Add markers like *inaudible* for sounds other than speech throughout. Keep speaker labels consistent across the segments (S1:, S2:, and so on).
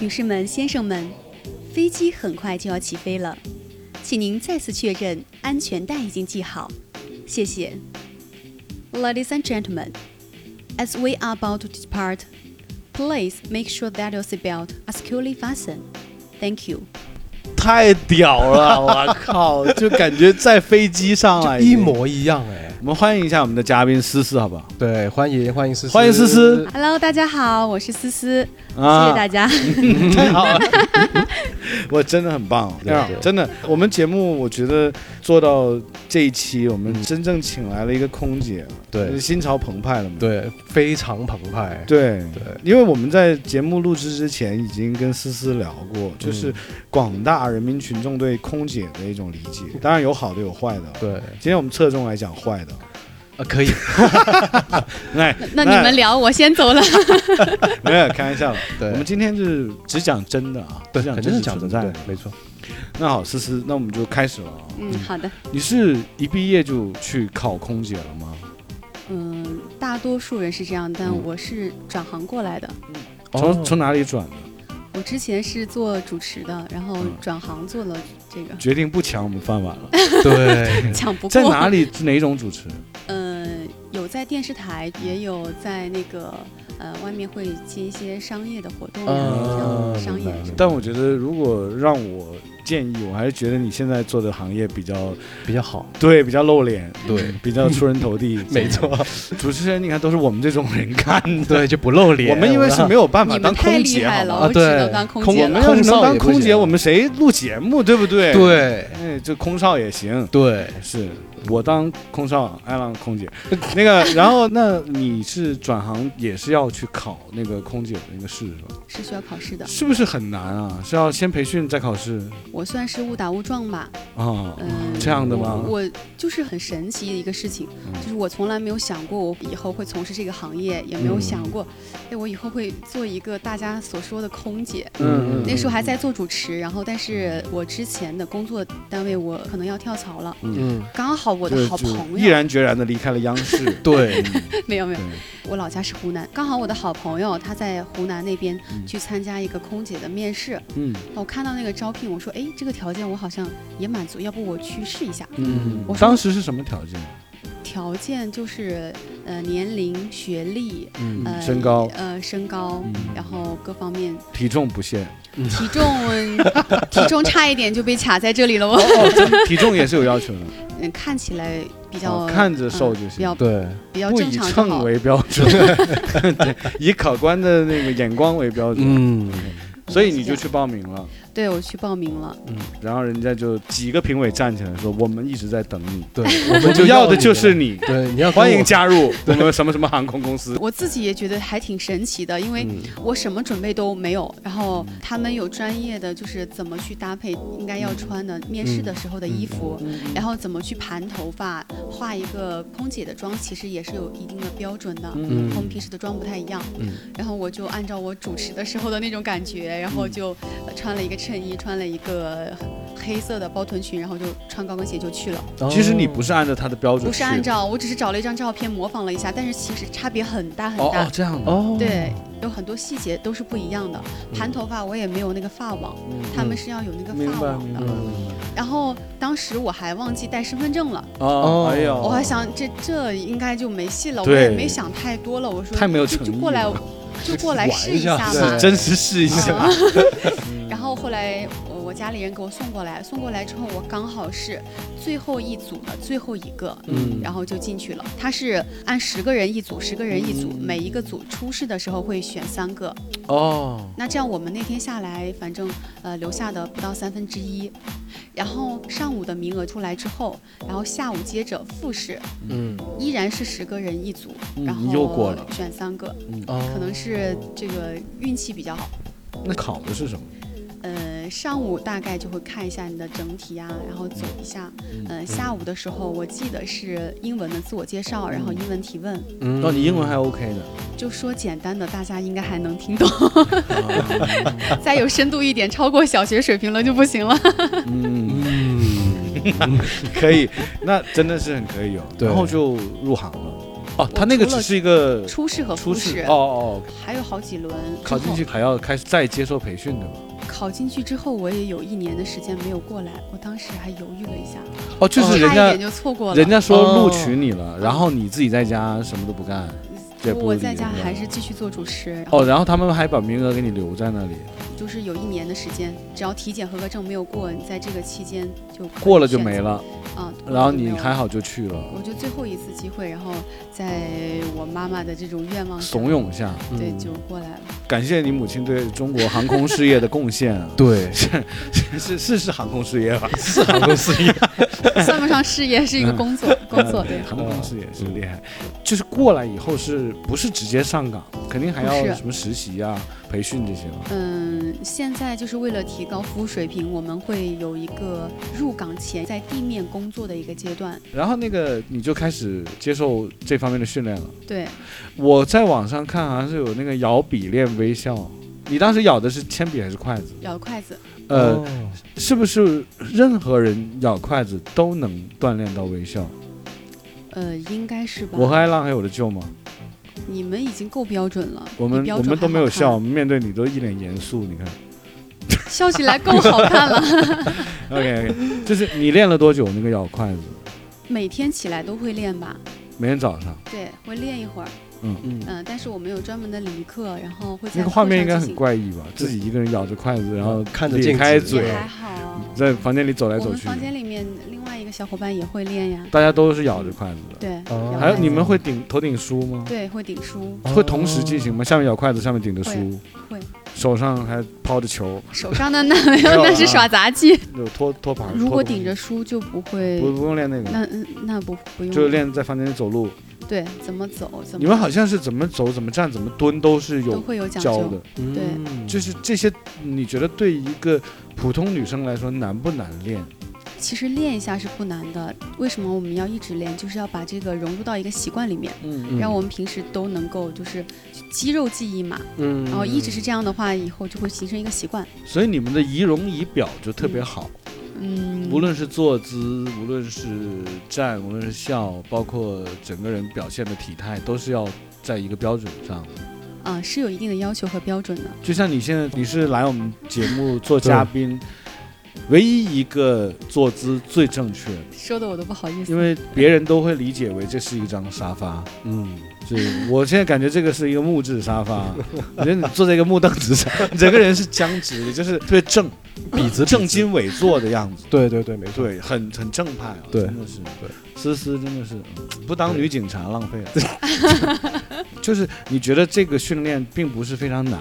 S1: 女士们、先生们，飞机很快就要起飞了，请您再次确认安全带已经系好，谢谢。Ladies and gentlemen, as we are about to depart, please make sure that your seatbelt are securely fastened. Thank you.
S2: 太屌 *laughs* 了！我靠，就感觉在飞机上了，
S3: 就一。模一样哎。
S2: 我们欢迎一下我们的嘉宾思思，好不好？
S3: 对，欢迎欢迎思思，
S2: 欢迎思思
S1: Hello，大家好，我是思思，谢
S2: 啊
S1: 谢大
S2: *laughs*
S1: 家。
S2: 太啊好了， *laughs* 我真的很棒，
S3: 对对
S2: 真的。我们节目我觉得做到这一期，我们真正请来了一个空姐，
S3: 对
S2: 心潮澎湃了嘛？
S3: 对，非常澎湃。
S2: 对
S3: 对
S2: 因为我们在节目录制之前已经跟思思聊过，就是广大人民群众对空姐的一种理解，当然有好的有坏的。
S3: 对，
S2: 今天我们侧重来讲坏的，
S3: 啊，可以，
S2: 哎，
S1: 那你们聊，我先走了。
S2: *laughs* 没有开玩笑的，
S3: 对，
S2: 我们今天是只讲真的啊，
S3: 对
S2: 只，讲
S3: 肯定是
S2: 实
S3: 讲
S2: 存
S3: 真
S2: 在
S3: 的
S2: 的。，
S3: 没错。
S2: 那好，思思，那我们就开始了啊。
S1: 嗯，好的。
S2: 你是一毕业就去考空姐了吗？
S1: 嗯，大多数人是这样，
S2: 嗯
S1: 但我是转行过来的。
S3: 哦
S2: 从从哪里转的？
S1: 我之前是做主持的，然后
S2: 嗯
S1: 转行做了这个，
S2: 决定不抢我们饭
S1: *laughs*
S2: 碗了。 *laughs*
S3: 对，
S1: 抢不过。
S2: 在哪？里？是哪种主持？
S1: 嗯、有在电视台，也有在那个呃外面会接一些商业的活动呀，
S3: 啊
S1: 像商业
S3: 明白
S1: 什么的。
S2: 但我觉得，如果让我建议，我还是觉得你现在做的行业比较
S3: 比较好，
S2: 对，比较露脸，
S3: 对，
S2: 比较出人头地
S3: *laughs* 。没错，
S2: 主持人，你看都是我们这种人干的。
S3: 对，就不露脸。
S2: 我们因为是没有办法
S1: 你
S2: 当
S1: 们太
S2: 空
S1: 厉
S2: 姐，
S1: 害
S2: 好
S1: 了，
S2: 吗？
S3: 啊
S1: 我只能
S3: 对
S1: 当空
S3: 空
S1: 姐
S2: 我
S3: 姐
S2: 们
S1: 了。
S2: 要是能
S3: 空少
S2: 当
S3: 也不
S2: 空姐，
S3: 行
S2: 我们谁录节目，对不对？，
S3: 对
S2: 哎，这空少也行。
S3: 对，
S2: 是我当空少，爱浪空姐。 *laughs* 那个，然后那你是转行也是要去考那个空姐的那个试是吧？
S1: 是需要考试的，
S2: 是不是很难啊？是要先培训再考试
S1: 我算是误打误撞吧。
S2: 啊？
S1: 嗯，
S2: 这样的
S1: 我
S2: 吗
S1: 我就是很神奇的一个事情，
S2: 嗯
S1: 就是我从来没有想过我以后会从事这个行业，也没有想过，
S2: 嗯
S1: 哎，我以后会做一个大家所说的空姐。
S2: 嗯嗯
S1: 那时候还在做主持，然后但是我之前的工作单位我可能要跳槽了，
S3: 嗯，
S1: 刚好我
S2: 就
S1: 的好
S2: 就
S1: 朋
S2: 毅
S1: 友啊
S2: 然决然的离开了央视。
S3: 对，
S1: *laughs* 没有没有
S2: 对，嗯
S1: 我老家是湖南，刚好我的好朋友他在湖南那边
S2: 嗯
S1: 去参加一个空姐的面试，
S2: 嗯
S1: 我看到那个招聘，我说哎这个条件我好像也满足，要不我去试一下。
S2: 嗯
S1: 我，说
S2: 当时是什么条件？
S1: 条件就是呃年龄、学历、
S3: 嗯
S1: 呃
S2: 身高
S1: 呃身高，
S2: 嗯
S1: 然后各方面
S2: 体重不限，
S1: 体重 *laughs* 体重差一点就被卡在这里了哦。
S2: 体重也是有要求的，
S1: 嗯，看起来比较、
S2: 哦看着瘦
S1: 嗯
S2: 就行
S1: 比较
S3: 对，
S1: 比较
S2: 不
S1: 正
S2: 以
S1: 常就
S2: 秤
S1: 好。
S2: 为标准，
S1: *laughs*
S2: 对，以考官的那个眼光为标准，
S3: 嗯，
S2: 所以你就去报名了。
S1: 对我去报名了，
S2: 然后人家就几个评委站起来说：“我们一直在等你，
S3: 对，我
S2: 我
S3: 们
S2: 们要的
S3: 你
S2: 就是，你，
S3: 对，你要跟
S2: 欢迎
S3: 我，
S2: 加入我们什么什么航空公司。
S1: 我自己也觉得还挺神奇的，因为
S3: 嗯
S1: 我什么准备都没有，然后他们有专业的，就是怎么去搭配应该要穿的面试
S2: 嗯
S1: 的时候的衣服，然后怎么去盘头发，画一个空姐的妆，其实也是有一定的标准的。”
S2: 嗯
S1: 和我们平时的妆不太一样，
S3: 嗯
S1: 然后我就按照我主持的时候的那种感觉，然后
S2: 嗯
S1: 就呃穿了一个衬衣，穿了一个黑色的包臀裙，然后就穿高跟鞋就去了。
S2: 嗯其实你不是按照他的标准去，
S1: 不是按照，我只是找了一张照片模仿了一下，但是其实差别很大很
S2: 哦
S1: 大。
S2: 哦这样的，
S3: 哦，
S1: 对，有很多细节都是不一样的。盘头发我也没有那个发网，他们是要有那个
S2: 嗯明
S1: 发
S2: 白
S1: 网
S2: 明
S1: 的。
S2: 白
S3: 嗯，
S1: 然后当时我还忘记带身份证了，
S2: 哦，哎呀，
S1: 我还想这这应该就没戏了，我
S2: 对
S1: 也没想太多了。我说
S2: 太没有
S1: 就
S2: 诚
S1: 就
S2: 意
S1: 过来
S2: 了，
S1: 就过来试一
S3: 玩一下
S1: 嘛
S3: 对。
S2: 真实试一下， *laughs*
S1: 啊然后后来我我家里人给我送过来，送过来之后我刚好是最后一组的最后一个，
S3: 嗯
S1: 然后就进去了。他是按十个人一组，十个人一
S2: 嗯
S1: 组，每一个组初试的时候会选三个。
S3: 哦，
S1: 那这样我们那天下来，反正呃留下的不到三分之一。然后上午的名额出来之后，然后下午接着复试，
S3: 嗯，
S1: 依然是十个人一组，
S2: 嗯
S1: 然后
S2: 又过了
S1: 选三个，
S3: 哦，
S1: 可能是这个运气比较好。
S2: 那考的是什么？
S1: 呃，上午大概就会看一下你的整体啊，然后走一下。
S2: 嗯
S1: 呃，下午的时候我记得是英文的自我介绍，然后英文提问，
S3: 嗯
S2: 哦，你英文还 OK 的，
S1: 就说简单的，大家应该还能听懂。 *laughs*
S3: 嗯
S1: 再有深度一点，超过小学水平了就不行了。
S2: 嗯，
S3: 嗯，
S2: 可以，那真的是很可以哦。 *laughs*
S3: 对
S2: 然后就入行了，
S3: 哦，他
S1: 我
S3: 那个
S1: 除
S3: 只
S1: 了
S3: 是一个
S1: 初试和复
S2: 初试
S1: 试，
S2: 哦哦，哦
S1: 还有好几轮。
S2: 考进去，还要开始再接受培训对吧？
S1: 考进去之后，我也有一年的时间没有过来，我当时还犹豫了一下，
S3: 哦，就是人
S1: 差一
S3: 家
S1: 点就错过了。
S2: 人家说
S3: 哦
S2: 录取你了，然后你自己在家什么都不干，这不
S1: 我
S2: 理
S1: 在
S2: 解
S1: 家
S2: 对吧
S1: 还是继续做主持，然后
S2: 哦，然后他们还把名额给你留在那里，
S1: 就是有一年的时间，只要体检合格证没有过，你在这个期间就可以
S2: 过了就
S1: 选择
S2: 没了，
S1: 啊。
S2: 然
S1: 过了
S2: 后你
S1: 就没有
S2: 还好就去了，
S1: 我就最后一次机会，然后在我妈妈的这种愿望下
S2: 怂，恿一下。
S1: 对，
S3: 嗯，
S1: 就过来了。
S2: 感谢你母亲对中国航空事业的贡献啊
S3: 对，
S2: *laughs* 是是是航空事业吧？
S3: 是航空事业，
S1: 算不上事业，是一个工
S2: *laughs*
S1: 作，工作对。
S2: 航空事业是厉害。就是过来以后是不是直接上岗？肯定还
S1: 不
S2: 要
S1: 是
S2: 什么实习啊、培训这些吧？
S1: 嗯，现在就是为了提高服务水平，我们会有一个入岗前在地面工作的一个阶段。
S2: 然后那个你就开始接受这方面的训练了。
S1: 对，
S2: 我在网上看好像是有那个咬笔练微笑，你当时咬的是铅笔还是筷子？
S1: 咬筷子，
S2: *laughs* 呃，
S3: 哦，
S2: 是不是任何人咬筷子都能锻炼到微笑？
S1: 呃，应该是吧？
S2: 我和艾浪还有的救吗？
S1: 你们已经够标准了，
S2: 我们
S1: 比标
S2: 我
S1: 准
S2: 们都没有
S1: 还好看
S2: 笑，我，们面对你都一脸严肃。你看
S1: 笑起来够好看了。 *laughs*
S2: ，OK OK，就是你练了多久那个咬筷子？
S1: 每天起来都会练吧？
S2: 每天早上，
S1: 对，会练一会儿。
S3: 嗯，
S1: 嗯、但是我们有专门的理课，然后会在
S2: 那个画面
S1: 课
S2: 应该
S1: 上进
S2: 很
S1: 行。
S2: 怪异吧？自己一个人咬着筷子，
S1: 嗯
S2: 然后
S3: 看着
S2: 咧
S3: 镜子
S2: 开
S1: 也
S2: 嘴，
S1: 还好。
S2: 在房间里走来
S1: 我
S2: 走
S1: 们
S2: 去，
S1: 房间里面另外一个小伙伴也会练呀，
S2: 大家都是咬着筷子的。
S1: 对，
S3: 哦
S1: 摇
S2: 还有
S1: 摆
S2: 你们
S1: 子
S2: 会顶头顶书吗？
S1: 对会顶书，
S2: 会同时进行吗？下面咬筷子，上面顶着
S1: 会
S2: 书，
S1: 会
S2: 手上还抛着球，
S1: 手上的那 *laughs* 没有，
S2: 没有
S1: 那是
S2: 啊
S1: 耍杂技。
S2: 有托托盘。
S1: 如果
S2: 啊托东西
S1: 顶着书就不会，
S2: 不不用练那个，
S1: 那嗯那不不用，
S2: 就是练在房间里走路。
S1: 对怎么走怎么
S2: 你们好像是怎么走、怎么站、怎么蹲都是
S1: 都
S2: 有
S1: 会有讲
S2: 教
S1: 究
S2: 的，，
S1: 对
S3: 嗯
S2: 就是这些，你觉得对一个普通女生来说难不难练？
S1: 其实练一下是不难的，为什么我们要一直练？就是要把这个融入到一个习惯里面，
S3: 嗯
S1: 让我们平时都能够就是肌肉记忆嘛，
S3: 嗯，
S1: 然后哦一直是这样的话，以后就会形成一个习惯。
S2: 所以你们的仪容仪表就特别好，
S1: 嗯，
S2: 无论是坐姿，无论是站，无论是笑，包括整个人表现的体态，都是要在一个标准上。
S1: 啊、是有一定的要求和标准的，
S2: 就像你现在，你是来我们节目做嘉宾，唯一一个坐姿最正确的，
S1: 说的我都不好意思。
S2: 因为别人都会理解为这是一张沙发。
S3: 嗯，
S2: 就是我现在感觉这个是一个木质沙
S3: *laughs*
S2: 发，我觉得你坐在一个木凳子上，你整个人是僵直的，就是特别正，
S3: 笔直
S2: 正，襟危坐的样子。
S3: 对对对，没错，
S2: 对，很很正派啊，
S3: 对
S2: 真的是，
S3: 对，
S2: 思思真的是嗯不当女警察浪费啊了。 *laughs* 就是你觉得这个训练并不是非常难，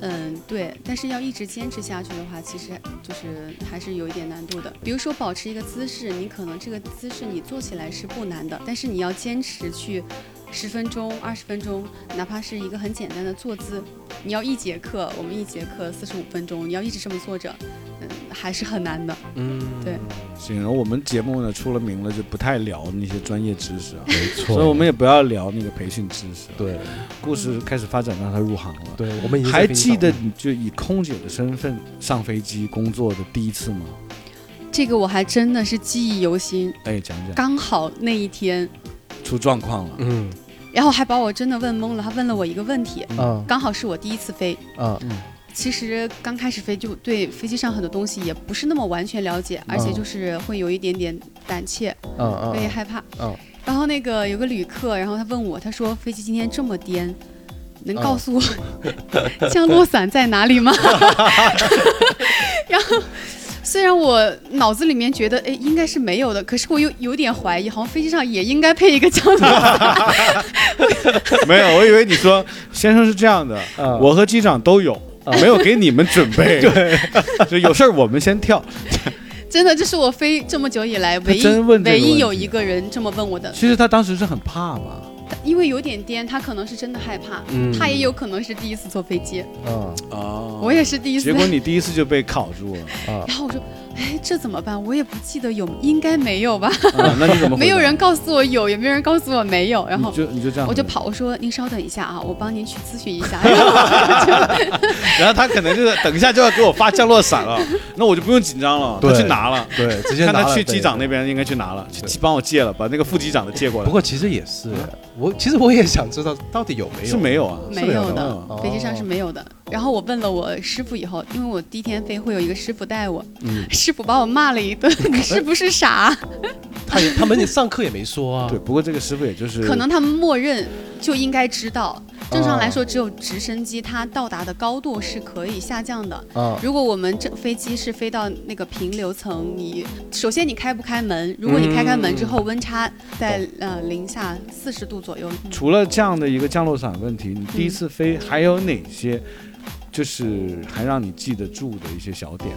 S1: 嗯，对，但是要一直坚持下去的话，其实就是还是有一点难度的。比如说保持一个姿势，你可能这个姿势你做起来是不难的，但是你要坚持去十分钟、二十分钟，哪怕是一个很简单的坐姿，你要一节课，我们一节课四十五分钟，你要一直这么坐着，嗯，还是很难的。
S3: 嗯
S1: 对，
S2: 行，然后我们节目呢出了名了就不太聊那些专业知识啊，
S3: 没错，
S2: 所以我们也不要聊那个培训知识啊。
S3: 对
S2: 故事开始发展到他入行了。
S3: 对，我们已经在
S2: 还
S3: 飞机
S2: 记
S3: 上
S2: 得
S3: 了
S2: 你就以空姐的身份上飞机工作的第一次吗？
S1: 这个我还真的是记忆犹新，
S2: 哎，讲讲
S1: 刚好那一天，
S2: 出状况了，
S3: 嗯
S1: 然后还把我真的问懵了，他问了我一个问题，
S3: 啊
S1: 刚好是我第一次飞。
S3: 啊
S1: 其实刚开始飞就对飞机上很多东西也不是那么完全了解，
S2: 嗯
S1: 而且就是会有一点点胆怯，
S3: 啊啊
S1: 有点害怕。
S3: 嗯
S1: 然后那个有个旅客，然后他问我，他说飞机今天这么
S2: 嗯
S1: 颠，能告诉我、 *laughs* 降落伞在哪里吗？ *laughs* 然后虽然我脑子里面觉得哎应该是没有的，可是我又有点怀疑，好像飞机上也应该配一个降落
S2: *laughs*
S1: 伞。
S2: 没有，我以为你说先生是这样的，
S3: 啊
S2: 我和机长都有，没有给你们准
S3: *laughs*
S2: 备，对，就有事儿我们先跳。
S1: 真的，这是我飞这么久以来唯一
S2: 他真问这个
S1: 唯
S2: 问
S1: 一
S2: 题
S1: 有一个人这么问我的。
S2: 其实他当时是很怕吧，
S1: 因为有点颠，他可能是真的害怕，
S3: 嗯
S1: 他也有可能是第一次坐飞机，
S3: 啊
S2: 啊
S1: 我也是第一次。
S3: *laughs*
S2: 结果你第一次就被考住了，
S3: 啊
S1: *laughs* 然后我说哎，这怎么办？我也不记得有，应该没有吧？
S2: 啊那你怎么回答
S1: 没有人告诉我有，也没有人告诉我没有，然后
S2: 你就你就这样，
S1: 我就。跑，我说您稍等一下啊，我帮您去咨询一 *laughs* 下。哎然后
S2: 然后他可能就是等一下就要给我发降落
S1: *laughs*
S2: 伞了，那我就不用紧张了，他
S3: 对
S2: 去拿了。
S3: 对，直接
S2: 看
S3: 拿
S2: 他
S3: 了
S2: 去
S3: 对
S2: 机长那边应该去拿了，去去帮我借了，把那个副机长的借过来。
S3: 不过其实也是，我其实我也想知道到底有没有
S2: 是没有啊，
S1: 没有的
S2: 哦
S1: 飞机上是没有的。然后我问了我师傅以后，因为我第一天飞会有一个师傅带我，
S2: 嗯
S1: 师傅把我骂了一 *laughs* 顿，你是不是傻？
S3: 他也他们也上课也没说啊，
S2: 对，不过这个师傅也就是嗯
S1: 可能他们默认就应该知道。正常来说，只有直升机它到达的高度是可以下降的。
S3: 啊，
S1: 如果我们这飞机是飞到那个平流层，你首先你开不开门？如果你开开门之后，温差在
S2: 嗯
S1: 呃零下四十度左右。
S2: 除了这样的一个降落伞问题，你第一次飞还有哪些就是还让你记得住的一些小点？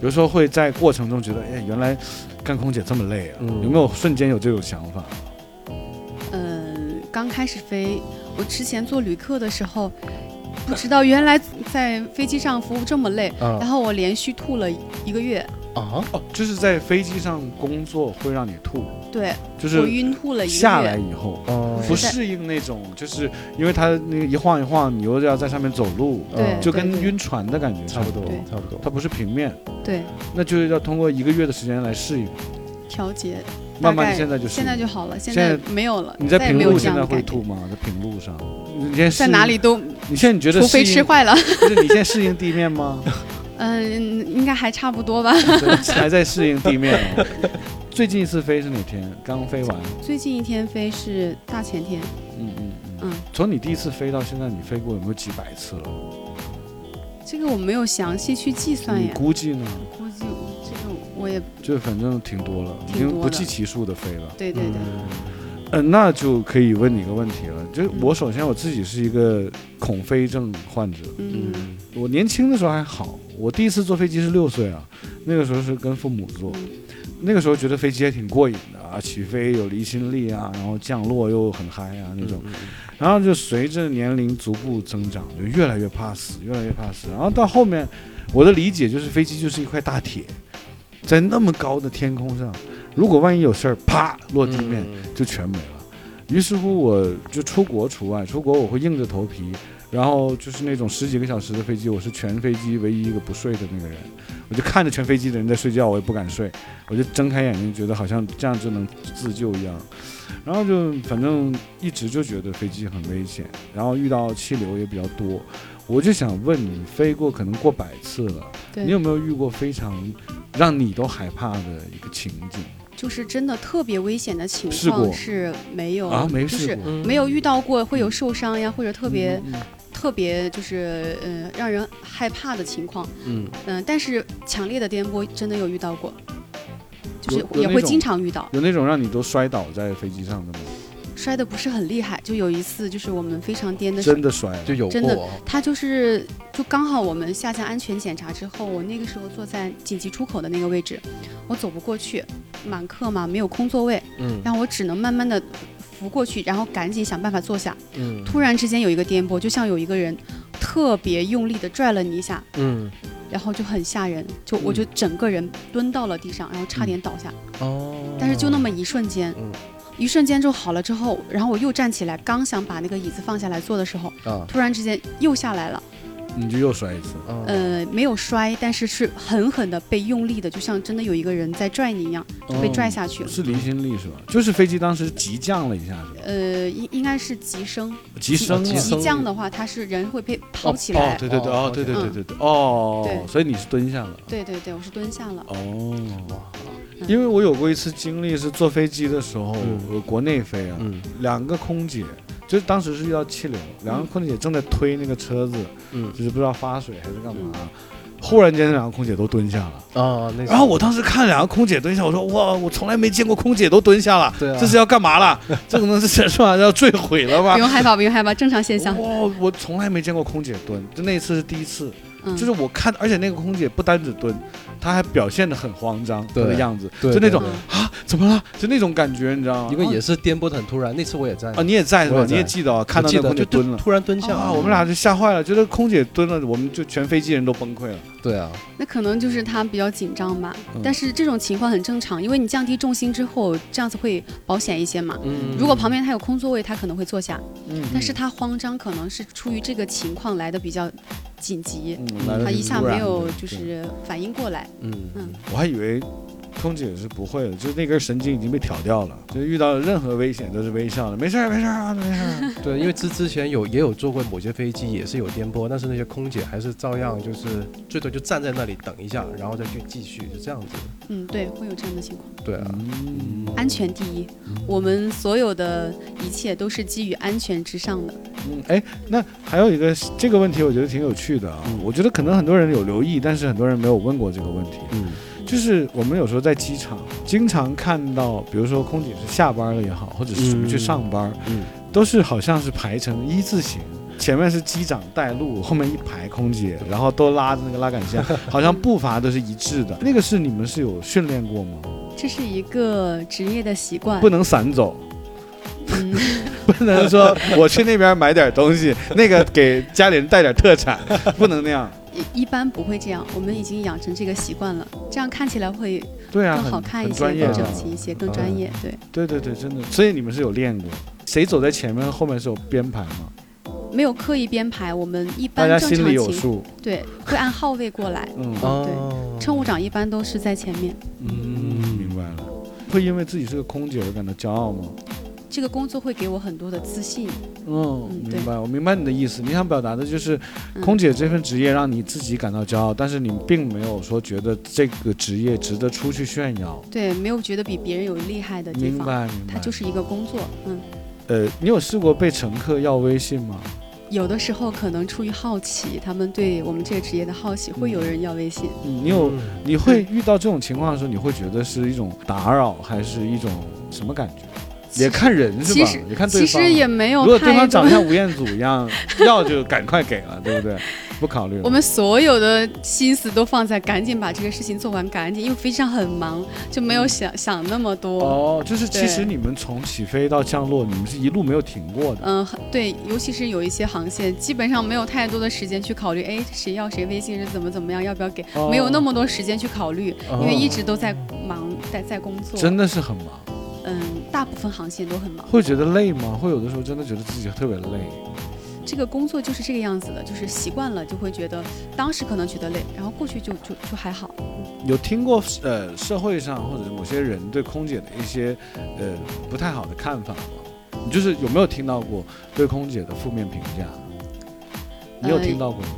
S2: 比如说会在过程中觉得，哎，原来干空姐这么累啊？
S3: 嗯
S2: 有没有瞬间有这种想法？
S1: 嗯、刚开始飞，我之前做旅客的时候，不知道原来在飞机上服务这么累，
S2: 嗯
S3: 啊
S1: 然后我连续吐了一个月，
S3: 啊，
S2: 哦，就是在飞机上工作会让你吐，
S1: 对
S2: 就
S1: 我
S2: 是
S1: 晕吐了一
S2: 下
S1: 个
S2: 来
S1: 月。
S2: 以后。
S3: 哦
S2: 不适应那种，就是因为它那个一晃一晃，你又要在上面走路，
S1: 对
S2: 嗯就
S1: 对
S2: 跟
S1: 对
S2: 晕船的感觉
S3: 差不多
S1: 嗯对，
S3: 差不多。
S2: 它不是平面，
S1: 对，
S2: 那就是要通过一个月的时间来适应。
S1: 调节。大
S2: 慢慢
S1: 概
S2: 地现在就适
S1: 现
S2: 应
S1: 在就好了，现
S2: 现
S1: 在
S2: 在
S1: 没有了。
S2: 你在
S1: 再也
S2: 平
S1: 没有
S2: 路
S1: 这
S2: 现
S1: 样
S2: 在
S1: 的
S2: 会
S1: 感觉
S2: 吐吗？在平路上，你现
S1: 在
S2: 在适
S1: 哪
S2: 应
S1: 里？都，
S2: 你现在你觉得
S1: 除非
S2: 适应
S1: 吃坏了。 *laughs*
S2: 不是你现在适应地面吗？
S1: 嗯，应该还差不多吧。
S2: 还在适应地面哦。最近一次飞是哪天？刚飞完。
S1: 最近一天飞是大前天，
S2: 嗯嗯嗯。
S1: 嗯，
S2: 从你第一次飞到现在，你飞过有没有几百次了？
S1: 这个我没有详细去计算
S2: 你
S1: 耶，
S2: 估计呢？
S1: 估计这个我也
S2: 就反正挺多了，已
S1: 挺多的
S2: 经不计其数的飞了。
S1: 对对对，
S2: 嗯、那就可以问你一个问题了。
S1: 嗯
S2: 就我首先我自己是一个恐飞症患者，
S1: 嗯
S3: 嗯，
S2: 我年轻的时候还好，我第一次坐飞机是六岁啊，那个时候是跟父母坐，那个时候觉得飞机还挺过瘾的啊，起飞有离心力啊，然后降落又很嗨啊那种，
S3: 嗯
S2: 然后就随着年龄逐步增长，就越来越怕死，越来越怕死，然后到后面，我的理解就是飞机就是一块大铁，在那么高的天空上，如果万一有事儿，啪落地面，就全没了。于是乎，我就出国除外，出国我会硬着头皮，然后就是那种十几个小时的飞机，我是全飞机唯一一个不睡的那个人，我就看着全飞机的人在睡觉，我也不敢睡，我就睁开眼睛，觉得好像这样就能自救一样。然后就反正一直就觉得飞机很危险，然后遇到气流也比较多，我就想问你，飞过可能过百次了，你
S1: 对，
S2: 有没有遇过非常让你都害怕的一个情景
S1: 就是真的特别危险的情
S2: 试过
S1: 况是没有
S2: 啊？没
S1: 就
S2: 试
S1: 是
S3: 嗯
S2: 过，
S1: 没有遇到过会有受伤呀，或者特别
S2: 嗯嗯
S1: 特别就是呃让人害怕的情况，
S3: 嗯，
S1: 嗯，但是强烈的颠簸真的有遇到过，就是
S2: 有有
S1: 也
S2: 那
S1: 会
S2: 种
S1: 经常遇到。
S2: 有那种让你都摔倒在飞机上的吗？
S1: 摔的不是很厉害，就有一次就是我们非常颠的时候，
S2: 真的摔了，
S3: 就有
S1: 真的
S3: 过
S1: 他就是就刚好我们下降安全检查之后，我那个时候坐在紧急出口的那个位置，我走不过去，满客嘛没有空座位，
S3: 嗯
S1: 然后我只能慢慢的扶过去，然后赶紧想办法坐下。
S3: 嗯
S1: 突然之间有一个颠簸，就像有一个人特别用力的拽了你一下，
S3: 嗯
S1: 然后就很吓人，就我就整个人蹲到了地上，然后差点倒下，
S3: 哦，
S1: 但是就那么一瞬间。
S3: 嗯
S1: 一瞬间就好了，之后，然后我又站起来，刚想把那个椅子放下来坐的时候，
S3: 啊，
S1: 突然之间又下来了，
S2: 你就又摔一次。
S3: 嗯
S1: 呃，没有摔，但是是狠狠的被用力的，就像真的有一个人在拽你一样，就被拽下去了。
S2: 是离心力是吧？就是飞机当时急降了一下是吧？
S1: 呃，应应该是急升，
S2: 急升了
S3: 哦急
S1: 急
S3: 升
S1: 降的话，它是人会被抛起来。
S2: 哦，对对对，哦，
S3: 哦
S2: 对对对
S1: 嗯
S2: 对对，哦，
S1: 对
S2: 所以你是蹲下了。
S1: 对对对，我是蹲下了。
S2: 哦，
S1: 嗯
S3: 哇
S2: 因为我有过一次经历是坐飞机的时候，
S3: 嗯
S2: 我国内飞啊，
S3: 嗯
S2: 两个空姐，就是当时是遇到气流，两个空姐正在推那个车子，
S3: 嗯
S2: 就是不知道发水还是干嘛，忽然间两个空姐都蹲下了。
S3: 啊，那
S2: 然后我当时看两个空姐蹲下，我说哇，我从来没见过空姐都蹲下了，
S3: 对啊
S2: 这是要干嘛
S3: *laughs*
S2: 了？这可能是是吧？要坠毁了吗哦
S1: 不？用害怕，不用害怕，正常现象。
S2: 哇，我从来没见过空姐蹲，就那一次是第一次，
S1: 嗯
S2: 就是我看，而且那个空姐不单只蹲，她还表现得很慌张她
S3: 对
S2: 的样子，
S3: 对
S2: 就那
S3: 对
S2: 种
S1: 对
S2: 啊怎么了，就那种感觉，你知道吗？
S3: 因为也
S2: 啊
S3: 是颠簸的很突然，那次我也在
S2: 啊，你也在是
S3: 我
S2: 吧？
S3: 也
S2: 你也
S3: 在
S2: 记得啊看
S3: 我
S2: 到
S3: 记
S2: 那个
S3: 得
S2: 空姐
S3: 就
S2: 蹲了
S3: 突然蹲下
S2: 啊，我们俩就吓坏了，觉得空姐蹲了，我们就全飞机人都崩溃了。
S3: 对啊，
S1: 那可能就是他比较紧张吧，
S2: 嗯
S1: 但是这种情况很正常，因为你降低重心之后，这样子会保险一些嘛。
S3: 嗯
S1: 如果旁边他有空座位，他可能会坐下，
S2: 嗯
S1: 但是他慌张可能是出于这个情况来的比较紧急，
S2: 嗯，来得
S1: 他
S2: 很
S1: 一下
S2: 突然
S1: 没有
S2: 对
S1: 就
S2: 对
S1: 是反应过来。
S3: 嗯
S1: 嗯
S2: 我还以为空姐是不会的，就是那根神经已经被挑掉了，就是遇到任何危险都是微笑的，没事儿，没事儿啊，没事儿。
S3: 对，因为之之前有也有坐过某些飞机，也是有颠簸，但是那些空姐还是照样就是最多就站在那里等一下，然后再去继续，就这样子。
S1: 嗯，对，会有这样的情况。
S3: 对啊，
S2: 嗯
S1: 安全第一，我们所有的一切都是基于安全之上的。
S2: 嗯，哎，那还有一个这个问题，我觉得挺有趣的啊。
S3: 嗯
S2: 我觉得可能很多人有留意，但是很多人没有问过这个问题。
S3: 嗯
S2: 就是我们有时候在机场经常看到，比如说空姐是下班了也好，或者是出去
S3: 嗯
S2: 上班，
S3: 嗯
S2: 都是好像是排成一字形，前面是机长带路，后面一排空姐，然后都拉着那个拉杆
S1: *laughs*
S2: 线，好像步伐都是一致的。那个是你们是有训练过吗？
S1: 这是一个职业的习惯
S2: 不。能散走，
S1: 嗯，
S2: *laughs* 不能说我去那边买点
S1: *laughs*
S2: 东西，那个给家里人带点特产，不能那样。
S1: 一一般不会这样，我们已经养成这个习惯了，这样看起来会
S2: 对啊，
S1: 更
S2: 很
S1: 好看
S2: 很
S1: 一些，
S2: 专业
S1: 更
S2: 的嗯
S1: 整。齐一些，更专业。对，
S2: 对对对，真的。所以你们是有练过，谁走在前面，后面是有编排吗？
S1: 没有刻意编排，我们一
S2: 大
S1: 般
S2: 家
S1: 正常
S2: 心里有
S1: 情
S2: 数。
S1: 对会按号位过来。
S2: 嗯
S3: 哦，
S1: 乘务长一般都是在前面，
S2: 嗯，明白了。会因为自己是个空姐而感到骄傲吗？
S1: 这个工作会给我很多的自信。
S2: 嗯，
S1: 嗯对
S2: 明白，我明白你的意思。你想表达的就是，
S1: 嗯
S2: 空姐这份职业让你自己感到骄傲，但是你并没有说觉得这个职业值得出去炫耀。
S1: 对，没有觉得比别人有厉害的地
S2: 明
S1: 方，
S2: 白，明白。
S1: 它就是一个工作。嗯，
S2: 呃，你有试过被乘客要微信吗？
S1: 有的时候可能出于好奇，他们对我们这个职业的好奇，会有人要微信。
S2: 你有，你会遇到这种情况的时候，你会觉得是一种打扰，还是一种什么感觉？也看人嗯是
S1: 其
S2: 吧
S1: 实？
S2: 也看对
S1: 其
S2: 方。
S1: 实也没
S2: 如
S1: 有
S2: 果对
S1: 太
S2: 方长
S1: 多
S2: 得。像吴彦祖一样， *laughs* 要就赶快给了，对不对？不考虑了。
S1: 我们所有的心思都放在赶紧把这个事情做完，赶紧，因为飞机上很忙，就没有想、想那么多。
S2: 哦，就是其
S1: 对
S2: 实你们从起飞到降落，你们是一路没有停过的。
S1: 嗯，很对，尤其是有一些航线，基本上没有太多的时间去考虑，哎，谁要谁微信是怎么怎么样，要不要给，
S2: 哦
S1: 没有那么多时间去考虑，因为一直都在忙，在在工作。
S2: 哦真的是很忙，
S1: 嗯，大部分航线都很忙。
S2: 会觉得累吗？会有的时候真的觉得自己特别累。
S1: 这个工作就是这个样子的，就是习惯了就会觉得，当时可能觉得累，然后过去就就就还好。
S2: 有听过呃社会上或者某些人对空姐的一些呃不太好的看法吗？你就是有没有听到过对空姐的负面评价？你有
S1: 呃
S2: 听到过吗？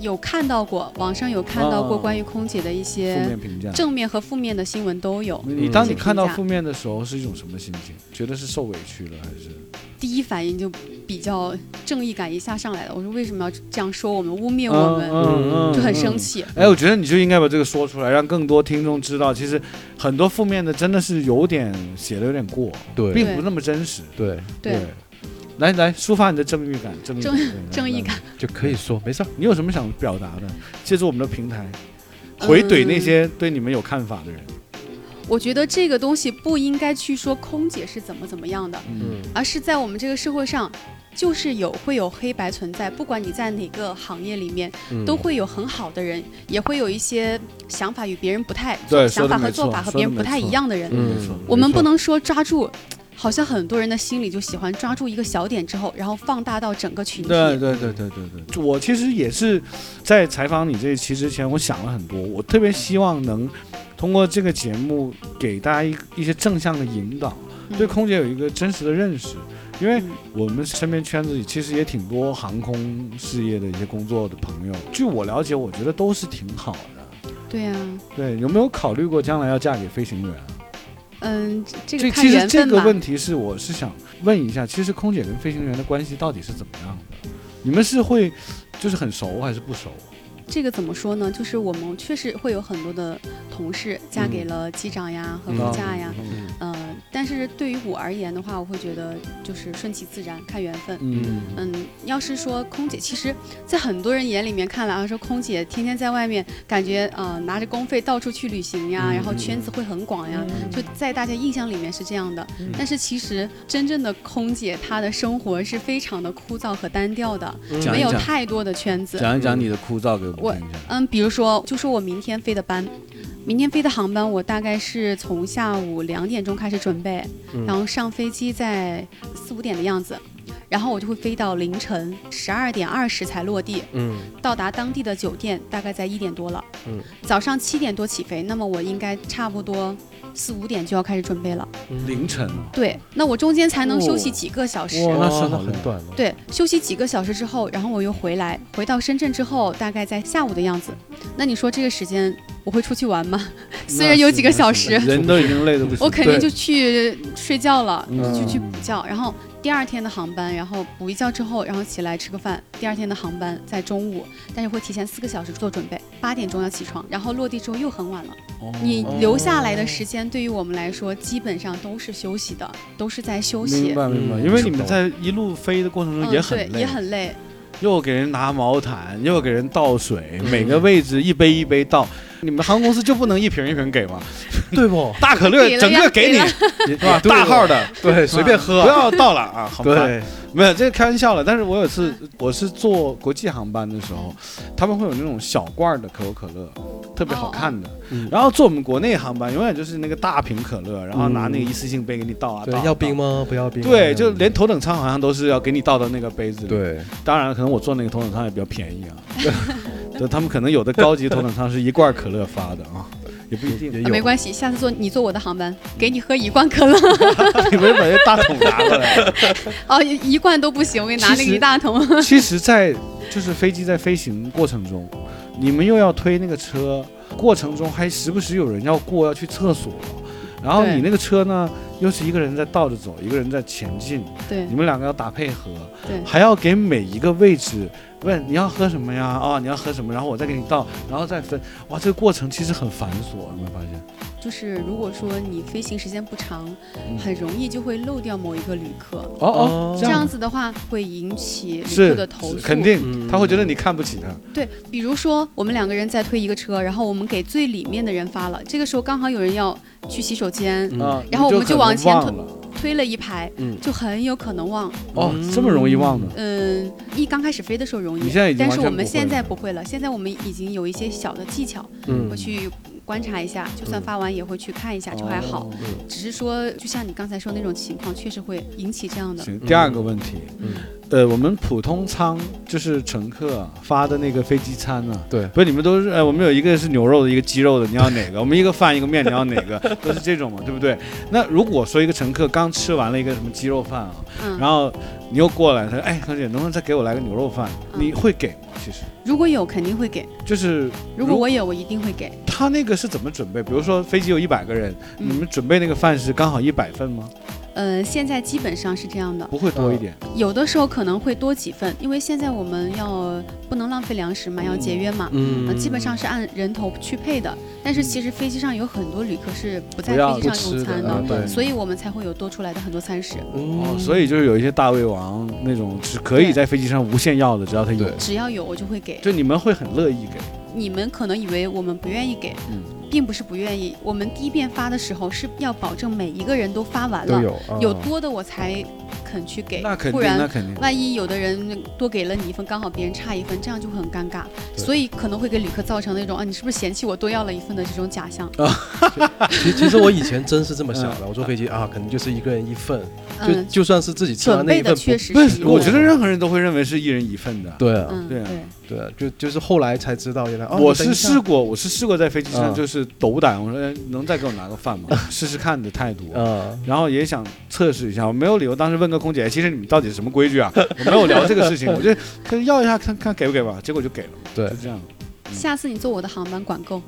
S1: 有看到过，网上有看到过
S2: 哦
S1: 关于空姐的一
S2: 负
S1: 些
S2: 面评价。
S1: 正面和负面的新闻都有。
S2: 你
S3: 嗯
S2: 当你看到
S1: 评价
S2: 负面的时候是一种什么心情？觉得是受委屈了还是？
S1: 第一反应就比较正义感一下上来了，我说为什么要这样说我们，污蔑我们，
S3: 嗯
S1: 就很
S2: 气。
S1: 生气。
S2: 哎，我觉得你就应该把这个说出来，让更多听众知道，其实很多负面的真的是有点写的有点过，
S3: 对
S2: 并不是那么真实。
S3: 对，
S1: 对，
S2: 来来，抒发你的正义感，正义感
S1: 正
S2: 对来
S1: 正义
S2: 来
S1: 感
S3: 就可以说没事儿。
S2: 你有什么想表达的？借助我们的平台，回怼
S1: 嗯
S2: 那些对你们有看法的人。
S1: 我觉得这个东西不应该去说空姐是怎么怎么样的，
S2: 嗯，
S1: 而是在我们这个社会上，就是有会有黑白存在，不管你在哪个行业里面，
S3: 嗯
S1: 都会有很好的人，也会有一些想法与别人不太，
S2: 对
S1: 想
S2: 说得
S1: 法和
S2: 没
S1: 做
S2: 错
S1: 法和
S2: 说
S1: 别
S2: 得
S1: 人不
S2: 没
S1: 太
S2: 错
S1: 一样的人，
S3: 嗯
S2: 没错
S1: 我们
S3: 没错
S1: 不能说抓住。好像很多人的心里就喜欢抓住一个小点之后，然后放大到整个群体。
S2: 对对对对对对，我其实也是在采访你这一期之前，我想了很多，我特别希望能通过这个节目给大家一一些正向的引导。
S1: 嗯
S2: 对空姐有一个真实的认识，因为
S1: 嗯
S2: 我们身边圈子里其实也挺多航空事业的一些工作的朋友，据我了解，我觉得都是挺好的。
S1: 对啊，
S2: 对，有没有考虑过将来要嫁给飞行员？
S1: 嗯，这个
S2: 这其
S1: 看
S2: 实
S1: 缘
S2: 这
S1: 分
S2: 个
S1: 吧。
S2: 问题是，我是想问一下，其实空姐跟飞行员的关系到底是怎么样的？你们是会就是很熟还是不熟？
S1: 这个怎么说呢？就是我们确实会有很多的同事嫁给了机长呀和副驾呀，
S2: 嗯
S1: 嗯、呃，但是对于我而言的话，我会觉得就是顺其自然，看缘分。
S2: 嗯嗯
S1: 嗯，要是说空姐，其实，在很多人眼里面看来啊，说空姐天天在外面，感觉呃拿着公费到处去旅行呀，
S3: 嗯
S1: 然后圈子会很广呀，就在大家印象里面是这样的。
S3: 嗯
S1: 但是其实真正的空姐，她的生活是非常的枯燥和单调的，
S2: 讲
S1: 没
S2: 一
S1: 有
S2: 讲
S1: 太多的圈子。
S2: 讲一讲你的枯燥给
S1: 我
S2: 我们听一下。
S1: 嗯，比如说，就说我明天飞的班，明天飞的航班，我大概是从下午两点钟开始准备，
S3: 嗯
S1: 然后上飞机在四五点的样子，然后我就会飞到凌晨十二点二十才落地，
S3: 嗯
S1: 到达当地的酒店大概在一点多了。
S3: 嗯，
S1: 早上七点多起飞，那么我应该差不多四五点就要开始准备了。
S2: 凌晨啊，
S1: 对，那我中间才能休息
S2: 哦
S1: 几个小时。
S2: 哇那是
S3: 那
S2: 好累
S3: 很短了。
S1: 对，休息几个小时之后，然后我又回来，回到深圳之后，大概在下午的样子。那你说这个时间我会出去玩吗？ *laughs* 虽然有几个小时，
S2: 人都已经累得不行。
S1: 我肯定就去睡觉了，
S2: 嗯
S1: 就去补觉。然后第二天的航班，然后补一觉之后，然后起来吃个饭。第二天的航班在中午，但是会提前四个小时做准备，八点钟要起床，然后落地之后又很晚了。
S2: 哦
S1: 你留下来的时间，对于我们来说，基本上都是休息的，都是在休息
S2: 明。白明白，
S3: 嗯
S2: 因为你们在一路飞的过程中也
S1: 嗯，
S2: 很
S1: 对，
S2: 累，
S1: 也很累。
S2: 又给人拿毛毯，又给人倒水，
S3: 嗯
S2: *laughs* 每个位置一杯一杯倒。你们航空公司就不能一瓶一瓶给吗？
S3: 对
S2: *laughs*
S3: 不？
S2: 大可乐
S1: 给了
S2: 整个
S1: 呀
S2: 给
S1: 给了
S2: 你，是吧？
S3: 对
S2: 大号的，
S3: 对，随便
S2: 不
S3: 喝。
S2: 要倒了啊，好吧？
S3: 对，
S2: 没有，这开玩笑了。但是我有次
S1: 嗯
S2: 我是坐国际航班的时候，他们会有那种小罐儿的可口可乐，特别好看
S1: 哦
S2: 的。
S3: 嗯
S2: 然后坐我们国内航班，永远就是那个大瓶可乐，然后拿那个
S3: 嗯
S2: 一次性杯给你倒啊，
S3: 对
S2: 倒，啊
S3: 要冰？吗？不要冰
S2: 倒
S3: 啊。
S2: 对，就连头等舱好像都是要给你倒到那个杯子里。，
S3: 对，
S2: 当然可能我坐那个头等舱也比较便
S3: *laughs*
S2: 宜啊。对，他们可能有的高级头等舱是一罐可乐发的啊，也不一定。
S3: 也
S1: 啊没
S3: 有。
S1: 关系，下次坐你坐我的航班，给你喝一罐可乐。 *laughs*
S2: 你们把那大桶拿过来。
S1: 哦，一一罐都不行，我给你拿那
S2: 其
S1: 个
S2: 实
S1: 一大桶。 *laughs*
S2: 其实在，就是飞机在飞行过程中，你们又要推那个车，过程中还时不时有人要过要去厕所，然后
S1: 对
S2: 你那个车呢，又是一个人在倒着走，一个人在前进，
S1: 对
S2: 你们两个要打配合，
S1: 对
S2: 还要给每一个位置问你要喝什么呀？啊、你要喝什么？然后我再给你倒，然后再分。哇，这个过程其实很繁琐，有没有发现？
S1: 就是如果说你飞行时间不长，
S2: 嗯
S1: 很容易就会漏掉某一个旅客。
S2: 哦
S3: 哦
S1: 这
S2: 这
S1: 样
S2: 样
S1: 子的话会引起旅
S2: 是
S1: 客的投诉。
S2: 肯。定
S3: 嗯，
S2: 他会觉得你看不起他。
S1: 对，比如说我们两个人在推一个车，然后我们给最里面的人发了，这个时候刚好有人要去洗手间，
S3: 嗯
S2: 啊，
S1: 然后我们就
S2: 就可能
S1: 往前
S2: 忘
S1: 推
S2: 了
S1: 推了一排，
S3: 嗯
S1: 就很有可能忘。
S2: 哦，这么容易忘的。
S1: 嗯，一刚开始飞的时候容易
S2: 你现在已，经
S1: 但是
S2: 完全
S1: 我们
S2: 不会
S1: 现在
S2: 了
S1: 不会了。现在我们已经有一些小的技巧，
S3: 嗯
S1: 会去观察一下，就算发完也会去看一下，就还好。
S2: 嗯哦
S3: 嗯
S1: 只是说，就像你刚才说那种情况，确实会引起这样的。
S2: 行，
S3: 嗯
S2: 第二个问题，
S3: 嗯
S2: 呃，我们普通舱就是乘客啊发的那个飞机餐啊，
S3: 对
S2: 不是你们都是，呃，我们有一个是牛肉的，一个 *laughs* 鸡肉的，你要哪个？我们一个饭一个面，你要哪个？ *laughs* 都是这种嘛，对不对？那如果说一个乘客刚吃完了一个什么鸡肉饭啊，
S1: 嗯，
S2: 然后你又过来，他说，哎，何姐，能不能再给我来个牛肉饭？
S1: 嗯
S2: 你会给吗？其实
S1: 如果有肯定会给，
S2: 就是
S1: 如果我有我一定会给。
S2: 他那个是怎么准备？比如说飞机有一百个人，
S1: 嗯
S2: 你们准备那个饭是刚好一百份吗？
S1: 呃，现在基本上是这样的，
S2: 不会多一点。
S1: 有的时候可能会多几份，因为现在我们要不能浪费粮食嘛，要节约嘛。呃
S3: 嗯
S1: 基本上是按人头去配的，但是其实飞机上有很多旅客是不在
S2: 不要
S1: 飞机上
S3: 不
S1: 用
S3: 吃的
S1: 餐
S3: 啊
S1: 的，
S3: 对
S1: 所以我们才会有多出来的很多餐食。
S2: 哦，
S3: 哦
S2: 所以就是有一些大胃王那种，只可以
S1: 对
S2: 在飞机上无限要的，只要他有
S3: 对，
S1: 只要有我就会给。
S2: 就你们会很乐意给。
S1: 你们可能以为我们不愿意给，
S2: 嗯
S1: 并不是不愿意。我们第一遍发的时候是要保证每一个人都发完
S3: 都
S1: 了，
S3: 有啊
S1: 有多的我才肯去给，
S2: 那肯
S1: 不
S2: 定，那
S1: 然。
S2: 肯定。
S1: 万一有的人多给了你一份，刚好别人差一份，这样就很尴尬，
S3: 对
S1: 所以可能会给旅客造成那种啊，你是不是嫌弃我多要了一份的这种假象？
S2: 啊
S3: 其其实我以前真是这么想
S2: 嗯
S3: 的，我坐飞机啊，可能就是一个人一份，就
S1: 嗯，
S3: 就算是自己吃完
S1: 准
S3: 那
S1: 备
S3: 一份
S1: 的
S3: 不，
S1: 确实
S2: 不
S1: 一
S2: 是，
S1: 个
S2: 我觉得任何人都会认为是一人一份的。
S3: 对啊，
S1: 嗯
S2: 对啊
S1: 对，
S3: 对啊，就就是后来才知道原来，哦
S2: 我
S3: 等
S2: 是
S3: 一下
S2: 试过，我是试过在飞机上
S3: 嗯
S2: 就是斗胆，我说哎能再给我拿个
S3: *laughs*
S2: 饭吗？试试看的态度。
S3: 啊，
S2: 然后也想测试一下，我没有理由当时问个空姐，哎其实你们到底是什么 *laughs*
S3: *laughs*
S2: 规矩啊？我没有聊这个事情，我就可以要一下看看给不给吧，结果就给了，
S3: 对
S2: 就这样。
S1: 下次你坐我的航班管够，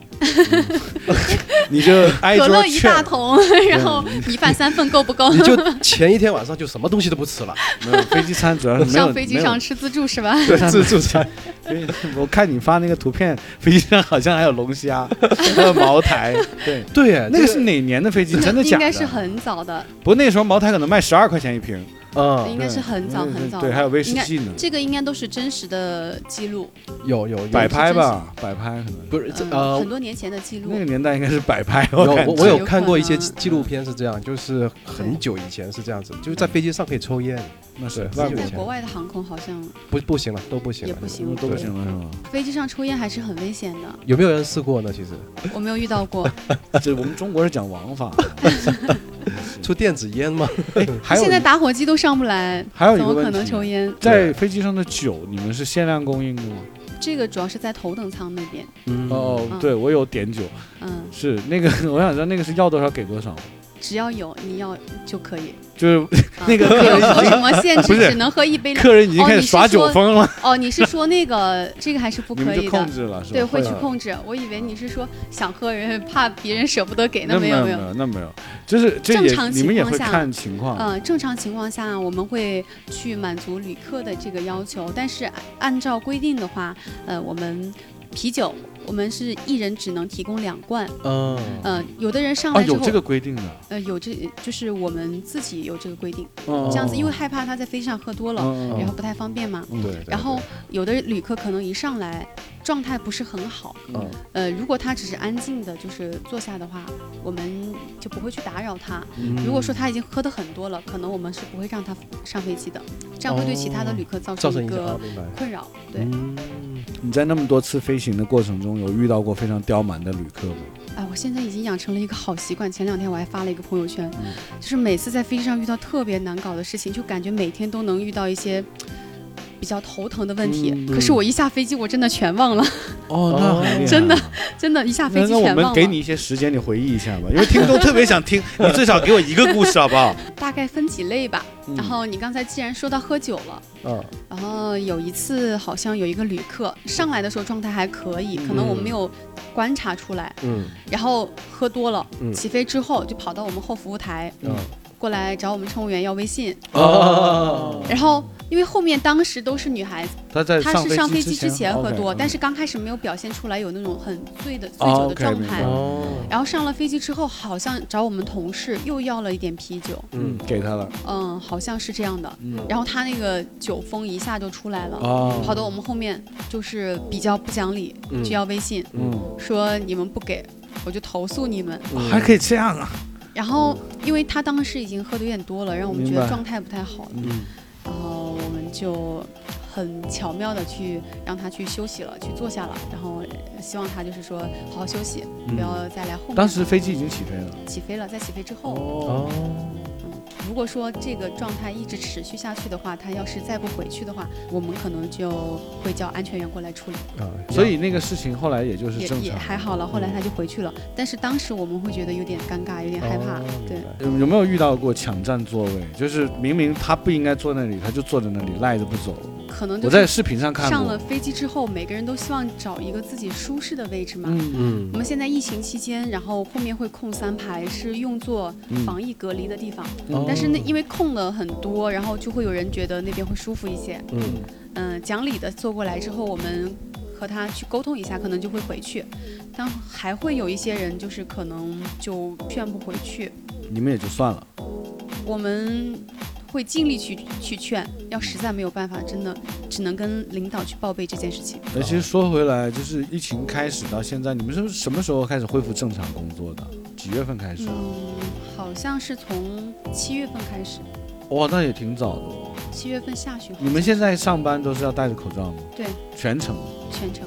S2: 你就挨
S1: 可
S2: 桌
S1: 乐一大
S2: 劝，
S1: 桶， *laughs* 然后米饭三份够不够？
S3: *laughs* 你就前一天晚上就什么东西都不吃了，
S2: 没有飞机餐主要是没有
S1: *laughs* 上飞机上吃自助是吧？
S3: 对，自 *laughs* 助餐。
S2: 没有飞 *laughs* 我看你发那个图片，飞机上好像还有龙虾， *laughs* 还有茅台，对，
S3: 对，
S2: *laughs* 那
S3: 这
S2: 个是哪年的飞机？
S1: *laughs*
S2: 真的嗯
S1: 应
S2: 假的？
S1: 该是很早的，
S2: 不过那时候茅台可能卖十二块钱一瓶，
S1: 应
S3: 嗯，
S1: 该是很早
S2: 对
S1: 很早的。
S2: 对，还有威士
S1: 应该
S2: 忌呢，
S1: 这个应该都是真实的记录，
S3: 有有有
S2: 摆拍吧，摆拍可能
S3: 不是这
S1: 嗯
S3: 呃
S1: 很，多年前的记录
S2: 那个。年代应该是摆拍，
S3: 有
S2: 感
S3: 我
S2: 觉
S3: 我有
S1: 有
S3: 看
S1: 可
S3: 过一些
S1: 能
S3: 纪录片是这样，就是很久以前是这样子，就是在飞机上可以抽烟，
S2: 那是
S3: 对
S1: 现
S2: 外国
S1: 在
S3: 有钱
S1: 国外的航空好像
S3: 不不行了，都不行
S1: 也
S3: 了，
S1: 不行
S2: 嗯
S1: 了，
S2: 都不
S1: 对
S2: 行了是
S1: 飞机上抽烟还是很危险的，
S3: 有没有人试过呢？其实
S1: 我没有遇到过。
S2: 吧？这我们中国是讲王 *laughs* 法，
S3: 抽电子烟嘛，
S2: 哎，还有
S1: 现
S2: 一
S1: 在打火机都上不来，
S2: 还有一
S1: 怎
S2: 个
S1: 么
S2: 问
S1: 可
S2: 题，
S1: 能抽烟？
S2: 在飞机上的酒，你们是限量供应的吗？
S1: 这个主要是在头等舱那边，
S3: 嗯
S2: 哦，
S1: 嗯
S2: 对，我有点酒，
S1: 嗯，
S2: 是那个， *laughs* 我想知道那个是要多少给多少，
S1: 只要有你要就可以。
S2: 就是
S1: 啊
S2: 那个
S1: 没有
S2: 客人已经
S1: 什么限
S2: 不
S1: 制，
S2: 是
S1: 只能喝一杯两。
S2: *laughs* 客人已经开始耍酒疯了，
S1: 哦，你是说那个这个还是不
S2: 你
S1: 可
S2: 们
S1: 以
S2: 就控
S1: 的？
S2: 制了，是吧？
S1: 对，会
S3: 会
S1: 去
S3: 的
S1: 控制。我以为你是说想喝人，怕别人舍不得给，
S2: 那嗯
S1: 没
S2: 有
S1: 有没有。
S2: 有，那没有，就是这也
S1: 正常情况下
S2: 你们也会看情况，
S1: 呃，正常情况下我们会去满足旅客的这个要求，但是按照规定的话，呃，我们啤酒我们是一人只能提供两罐，
S3: 嗯
S1: 呃，有的人上
S2: 啊，
S1: 来之
S2: 有
S1: 后，
S2: 这个规定的，
S1: 呃，有这就是我们自己有这个规定，
S3: 哦
S2: 这
S1: 这样子，因为
S2: 了，
S1: 害怕他在飞机上喝多了，
S2: 嗯
S1: 然后
S2: 嗯
S1: 不太方便嘛。
S2: 嗯
S3: 对，哦对
S1: 然后
S3: 对
S1: 有的旅客可能一上来状态不是很好，
S3: 嗯
S1: 呃，如果他只是安静的，就是坐下的话，我们就不会去打扰他。
S3: 嗯
S1: 如果说他已经喝得很多了，可能我们是不会让他上飞机的，这样会对其他的旅客造
S3: 哦造成
S1: 一
S3: 影响，啊
S1: 个
S3: 明白？
S1: 困扰。对，
S3: 嗯
S2: 你在那么多次飞行的过程中，有遇到过非常刁蛮的旅客吗？
S1: 哎，我现在已经养成了一个好习惯。前两天我还发了一个朋友圈，
S2: 嗯
S1: 就是每次在飞机上遇到特别难搞的事情，就感觉每天都能遇到一些。比较头疼的问题，
S2: 嗯
S1: 可是我一下飞机我真的全忘了， *laughs*
S2: 哦
S3: 那很厉害
S1: 真的真的，一下飞
S2: 那
S1: 机
S2: 那我
S1: 全忘
S2: 们
S1: 了。
S2: 给你一些时间，你回忆一下吧，因为听众特别想听，你最少给我一个故事好不好？
S1: 大概分几类吧。
S2: 嗯
S1: 然后你刚才既然说到喝酒了，
S3: 嗯
S1: 然后有一次好像有一个旅客上来的时候状态还可以，可能我
S2: 嗯
S1: 没有观察出来，
S3: 嗯
S1: 然后喝多了，
S3: 嗯
S1: 起飞之后就跑到我们后服务台
S3: 嗯
S1: 过来找我们乘务员要微信，
S2: 哦
S1: 然后因为后面当时都是女孩子，
S2: 他在
S1: 她是上飞机
S2: 之嗯
S1: 之前喝多，
S2: OK，OK
S1: 但是刚开始没有表现出来有那种很醉的醉
S2: 哦
S1: 酒的
S2: OK，
S1: 状
S2: 明白
S1: 态。
S2: 了
S3: 哦
S1: 然后上了飞机之后，好像找我们同事又要了一点啤酒，
S2: 嗯
S3: 嗯，
S2: 给他了，
S1: 嗯，好像是这样的。
S2: 嗯，
S1: 然后他那个酒疯一下就出来了，
S2: 哦
S1: 跑到我们后面就是比较不讲理，
S3: 嗯
S1: 就要微信
S2: 嗯，
S1: 说你们不给，我就投诉你们。
S2: 还可以这样啊，
S1: 然后因为他当时已经喝得有点多了，让我们觉
S2: 明
S1: 得
S2: 白
S1: 状态不太好了，
S3: 嗯
S1: 然后我们就很巧妙的去让他去休息了，去坐下了，然后呃希望他就是说好好休息，不要再来后面。
S2: 嗯当时飞机已经起飞了，
S1: 起飞了，在起飞之后，嗯
S2: 哦，
S3: 哦
S1: 如果说这个状态一直持续下去的话，他要是再不回去的话，我们可能就会叫安全员过来处理，
S3: 啊，
S2: 所以那个事情后来也就是
S1: 也
S2: 正
S1: 也
S2: 常。嗯
S1: 还好了。后来他就回去了，但是当时我们会觉得有点尴尬，有点害怕，
S3: 哦
S1: 对
S2: 有
S3: 明。白
S2: 嗯有没有遇到过抢占座位？就是明明他不应该坐那里，他就坐在那里赖着不走。
S1: 可能就
S2: 我
S1: 是
S2: 在视频上看
S1: 上了
S2: 过。
S1: 飞机之后，每个人都希望找一个自己舒适的位置嘛。
S2: 嗯
S3: 嗯
S1: 我们现在疫情期间，然后后面会空三排，是用作
S2: 嗯
S1: 防疫隔离的地方。
S2: 哦
S3: 嗯
S1: 但是那因为
S3: 为
S1: 空了很多，然后就会有人觉得那边会舒服一些。
S3: 嗯
S1: 嗯、讲理的坐过来之后，我们和他去沟通一下，可能就会回去。但还会有一些人就是可能就劝不回去，
S2: 你们也就算了。
S1: 我们会尽力去去劝。要实在没有办法，真的只能跟领导去报备这件事情。
S2: 那其实说回来，就是疫情开始到现在，你们是什么时候开始恢复正常工作的？几月份开始？
S1: 嗯，好像是从七月份开始，
S2: 哇，那也挺早的哦。
S1: 七月份下旬好像。
S2: 你们现在上班都是要戴着口罩吗？
S1: 对，
S2: 全程。
S1: 全程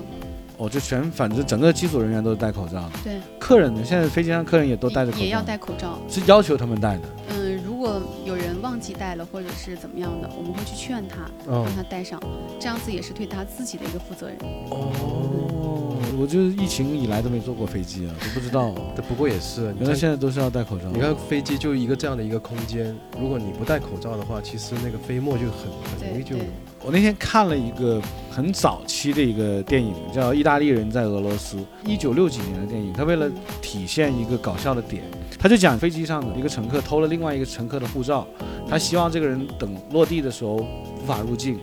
S2: 哦，就全，反正整个机组人员都是戴口罩的。
S1: 对，
S2: 客人呢？现在飞机上客人也都戴着口罩，
S1: 也要，戴口罩。
S2: 是要求他们戴的。
S1: 嗯，如果有人忘记戴了或者是怎么样的，我们会去劝他，
S3: 哦
S2: 嗯
S1: 让他戴上，这样子也是对他自己的一个负责任。
S3: 哦。
S2: 我就是疫情以来都没坐过飞机啊，都不知
S3: *laughs*
S2: 道。
S3: 但不过也是，啊
S2: 原
S3: 你
S2: 来
S3: 看
S2: 现在都是要戴口罩。
S3: 你看飞机就一个这样的一个空间，如果你不戴口罩的话，其实那个飞沫就很很容
S1: 对
S3: 易就
S1: 对，
S2: 我那天看了一个很早期的一个电影，叫《意大利人在俄罗斯》，一九六几年的电影。他为了体现一个搞笑的点，他就讲飞机上的一个乘客偷了另外一个乘客的护照，他希望这个人等落地的时候无法入境。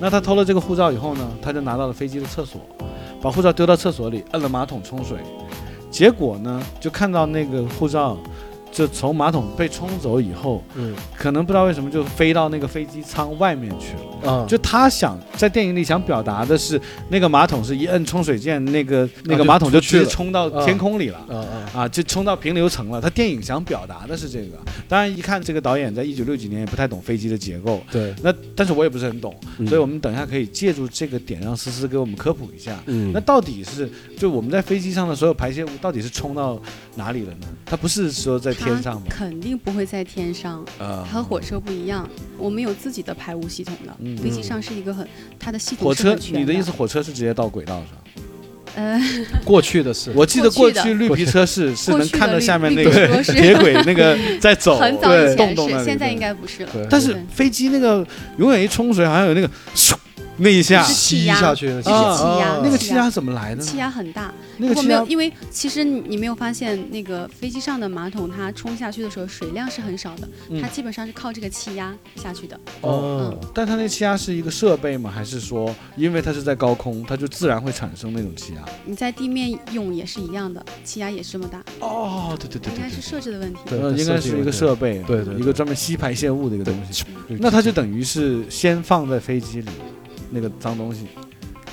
S2: 那他偷了这个护照以后呢，他就拿到了飞机的厕所，把护照丢到厕所里，摁了马桶冲水。结果呢，就看到那个护照就从马桶被冲走以后，
S3: 嗯
S2: 可能不知道为什么就飞到那个飞机舱外面去了。
S3: 啊，
S2: 就他想在电影里想表达的是，那个马桶是一摁冲水键，那个那个
S3: 啊就
S2: 马桶就直
S3: 出去
S2: 接
S3: 了
S2: 冲到天空里了。
S3: 啊啊，
S2: 啊，就冲到平流层了。他电影想表达的是这个，当然一看这个导演在一九六几年也不太懂飞机的结构，
S3: *laughs* 对，
S2: 那但是我也不是很懂，
S3: 嗯
S2: 所以我们等一下可以借助这个点让思思给我们科普一下，
S3: 嗯
S2: 那到底是就我们在飞机上的所有排泄物到底是冲到哪里了呢？它不是说在天上吗？
S1: 肯定不会在天上，
S2: 啊，
S1: 和火车不一样，我们有自己的排污系统的。
S2: 嗯
S1: 飞机上是一个很，它的系统
S2: 火
S1: 是
S2: 车
S1: 很，全
S2: 你的意思？火车是直接到轨道上？
S1: 呃，
S3: 过去的是
S2: 我记得过
S1: 过去的
S2: 去绿皮车是是
S1: 过
S2: 能
S1: 去的
S2: 看到
S1: 绿
S2: 下面那
S1: 绿皮
S2: 个
S1: 车是
S2: 铁轨那个在走，
S1: 很早
S2: 对
S1: 以
S2: 洞
S1: 前
S2: 洞
S1: 是，
S2: 那里
S1: 现在
S2: 对
S1: 应该不是了。
S3: 对，
S2: 但是
S1: 对
S2: 飞机那个永远一冲水，好像有那个嗖那一下
S1: 就，是
S3: 吸
S1: 气压
S3: 下去的，
S2: 就是气
S1: 压
S3: 啊
S2: 那个
S1: 气
S2: 气压怎么来的
S1: 气
S2: 呢？
S1: 压很大，
S2: 那
S1: 如
S2: 个
S1: 果
S2: 气
S1: 没有，
S2: 压
S1: 因为其实你你没有发现那个飞机上的马桶，它冲下去的时候水量是很少的，
S2: 嗯
S1: 它基本上是靠这个气压下去的。
S3: 哦，
S2: 但它那气压是一个设备吗？还是说，因为它是在高空，它就自然会产生那种气压？
S1: 你在地面用也是一样的，气压也是这么
S3: 嗯
S1: 大，
S2: 哦，对对对
S1: 应该
S2: 对
S1: 是设置的问题。
S3: 对
S2: 呃
S3: 它
S2: 应该
S3: 设计
S2: 是一
S3: 有
S2: 个
S3: 这
S2: 设备，
S3: 对对对
S2: 一个专门吸排泄物的一个东西。
S3: 对
S2: 那它就等于是先放在飞机里，那个脏东西。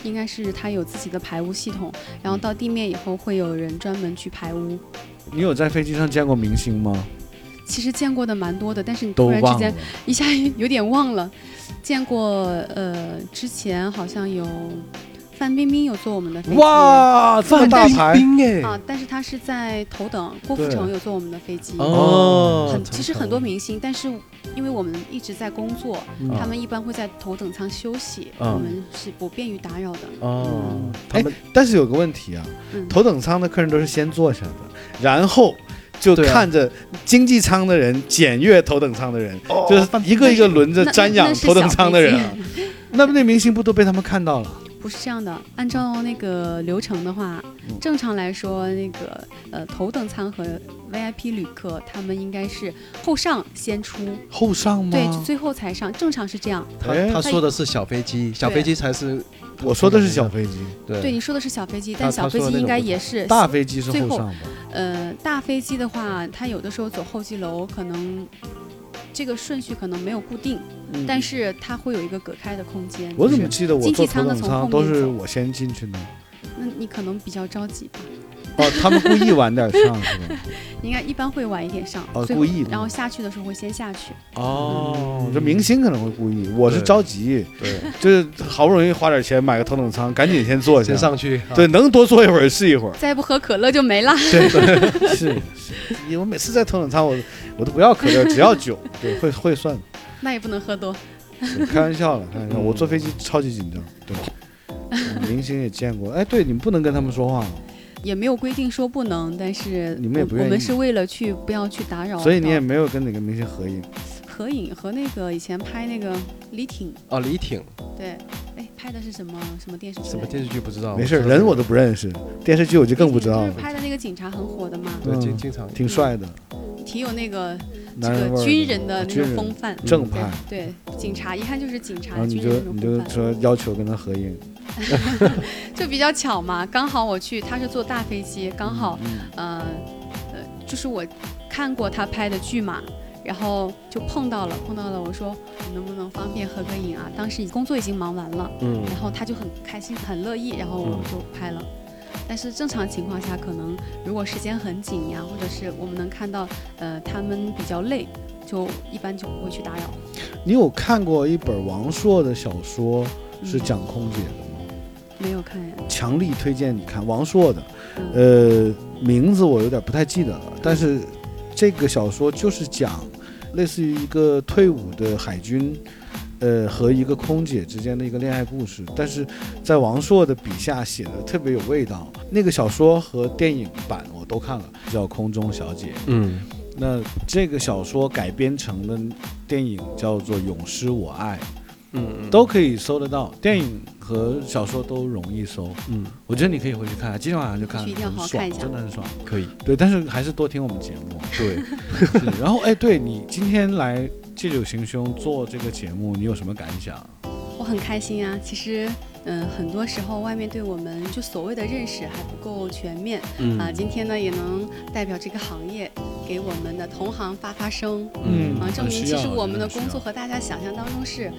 S1: 应该是它有自己的排污系统，然后到地面以后会有人专门去排污。
S2: 你有在飞机上见过明星吗？
S1: 其实见过的蛮多的，但是你
S2: 都
S1: 突然之
S2: 忘
S1: 间
S2: 了。
S1: *laughs* 一下有点忘了，见过呃，之前好像有范冰冰有坐我们的飞机。
S2: 哇，这么大牌，
S3: 冰冰哎
S1: 啊，但是他是在头等，郭富
S2: 对
S1: 城有坐我们的飞机，
S2: 哦
S1: 很其实很多明星，但是因为我们一直在工作，他
S2: 嗯
S1: 们一般会在头等舱休息，
S3: 嗯
S1: 我们是不便于打扰的。
S3: 哦，他
S2: 哎
S3: 们，
S2: 但是有个问题啊，
S1: 嗯，
S2: 头等舱的客人都是先坐下的，然后就
S3: 对啊
S2: 看着经济舱的人检阅头等舱的人，就是一个一个轮着
S1: 哦那
S2: 瞻
S1: 那
S2: 仰
S1: 那是
S2: 头等
S1: 小
S2: 舱的
S1: 飞
S2: 人
S1: 机 *laughs*
S2: 啊。那不那明星不都被他们看到了？
S1: 不是这样的，按照那个流程的话，
S2: 嗯
S1: 正常来说，那个呃头等舱和 VIP 旅客他们应该是后上先出，
S2: 后上
S1: 对，
S2: 吗？
S1: 最后才上，正常是这样。
S3: 他
S2: 哎
S3: 他说的是小飞机，小飞机才是
S2: 我说的是小飞机，
S1: 啊对，
S3: 对，
S1: 你说的是小飞机，
S3: 他
S1: 但小
S3: 他
S1: 飞
S3: 说
S1: 机
S3: 的那
S1: 应
S3: 种
S1: 该
S3: 不
S1: 也是
S2: 大飞机是
S1: 最
S2: 后
S1: 后
S2: 上吧？
S1: 呃，大飞机的话，它有的时候走候机楼，可能这个顺序可能没有固定，
S2: 嗯
S1: 但是它会有一个隔开的空间。
S2: 我怎么
S1: 就是
S2: 记得我
S1: 经
S2: 坐
S1: 济
S2: 头
S1: 舱的
S2: 等
S1: 从后面
S2: 舱都是
S1: 走
S2: 我先进去呢？
S1: 那你可能比较着急吧？
S2: 哦，他们故意晚点上是
S1: *laughs*
S2: 吧？
S1: 应该一般会晚一点上，
S2: 哦
S1: 最
S2: 故
S1: 后
S2: 意的
S1: 然后下去的时候会先下去。
S2: 哦
S3: 嗯
S2: 这明星可能会故意，我是
S3: 对
S2: 着急，
S3: 对，
S2: 就是好不容易花点钱买个头等舱，赶紧先坐下
S3: 先。上去，啊
S2: 对，，能多坐一会儿是一会儿。
S1: 再不喝可乐就没了。 *laughs*
S2: 对， *laughs* 是是，我每次在头等舱，我我都不要可乐，只要
S1: *laughs*
S2: 酒。对，会会算，
S1: 那也不能喝多。
S2: 是开玩笑了，开玩笑。
S3: 嗯
S2: 我坐飞机超级紧张，
S1: *laughs*
S2: 对。嗯明星也见过，哎，对，你们不能跟他们说话嘛，
S1: 也没有规定说不能，但是
S2: 你们也不
S1: 我
S2: 愿
S1: 我们
S2: 意
S1: 是为了去不要去打扰到，
S2: 所以你也没有跟哪个明星合影。
S1: 合影和那个以前拍那个李挺，
S3: 哦，李挺
S1: 对，哎，拍的是什么什么电视剧
S3: 什
S1: 来
S3: 么
S1: 着？
S3: 电视剧不知道，
S2: 没事儿，
S3: 知道
S2: 人我都不认识，电视剧我就更不知道
S1: 就是
S2: 了。
S1: 拍的那个警察很火的嘛，
S3: 对
S2: 嗯
S3: 经经常
S2: 挺帅的，
S1: 挺有那个这
S2: 男人
S1: 个
S2: 味儿
S1: 军
S2: 的
S1: 人的那
S2: 军
S1: 种
S2: 人
S1: 风范。
S2: 正派。
S1: 对，警察一看就是警察
S2: 然后，你
S1: 军
S2: 就
S1: 人
S2: 你
S1: 那种
S2: 就
S1: 风范，
S2: 说要求跟他合影，
S1: 就比较巧嘛。刚好我去，他是坐大飞机，刚好，
S2: 嗯
S1: 呃，呃，就是我看过他拍的剧嘛，然后就碰到了，碰到了。我说你能不能方便合个影啊？当时工作已经忙完了，
S3: 嗯
S1: 然后他就很开心，很乐意，然后我
S3: 嗯
S1: 就拍了。但是正常情况下，可能如果时间很紧呀，或者是我们能看到，呃，他们比较累，就一般就不会去打扰。嗯
S2: 你有看过一本王朔的小说是
S1: 嗯
S2: 讲空姐的吗？
S1: 没有看呀，
S2: 强力推荐你看王朔的，
S1: 嗯
S2: 呃，名字我有点不太记得了，但是这个小说就是讲类似于一个退伍的海军。呃和一个空姐之间的一个恋爱故事，但是在王朔的笔下写的特别有味道。那个小说和电影版我都看了，叫《空中小姐》。
S3: 嗯
S2: 那这个小说改编成的电影叫做《永失我爱》，
S3: 嗯
S2: 都可以搜得到，电影和小说都容易搜。
S3: 嗯
S2: 我觉得你可以回去看，今天晚上就看，
S1: 去一定要好
S2: 很
S1: 好
S2: 爽
S1: 看一，下
S2: 真的很爽。
S3: 可以
S2: 对，但是还是多听我们节目。
S3: *laughs* 对。
S2: *laughs* 是然后，哎，对你今天来《借酒行凶》做这个节目，你有什么感想？
S1: 我很开心啊。其实，嗯，很多时候外面对我们就所谓的认识还不够全面、
S3: 嗯
S1: 啊。今天呢，也能代表这个行业，给我们的同行发发声
S2: 嗯
S1: 啊，证
S2: 很
S1: 明其
S2: 需
S1: 实
S2: 要
S1: 我
S2: 真
S1: 们
S2: 的
S1: 的
S2: 需
S1: 工作
S2: 要
S1: 和大家想象当中是，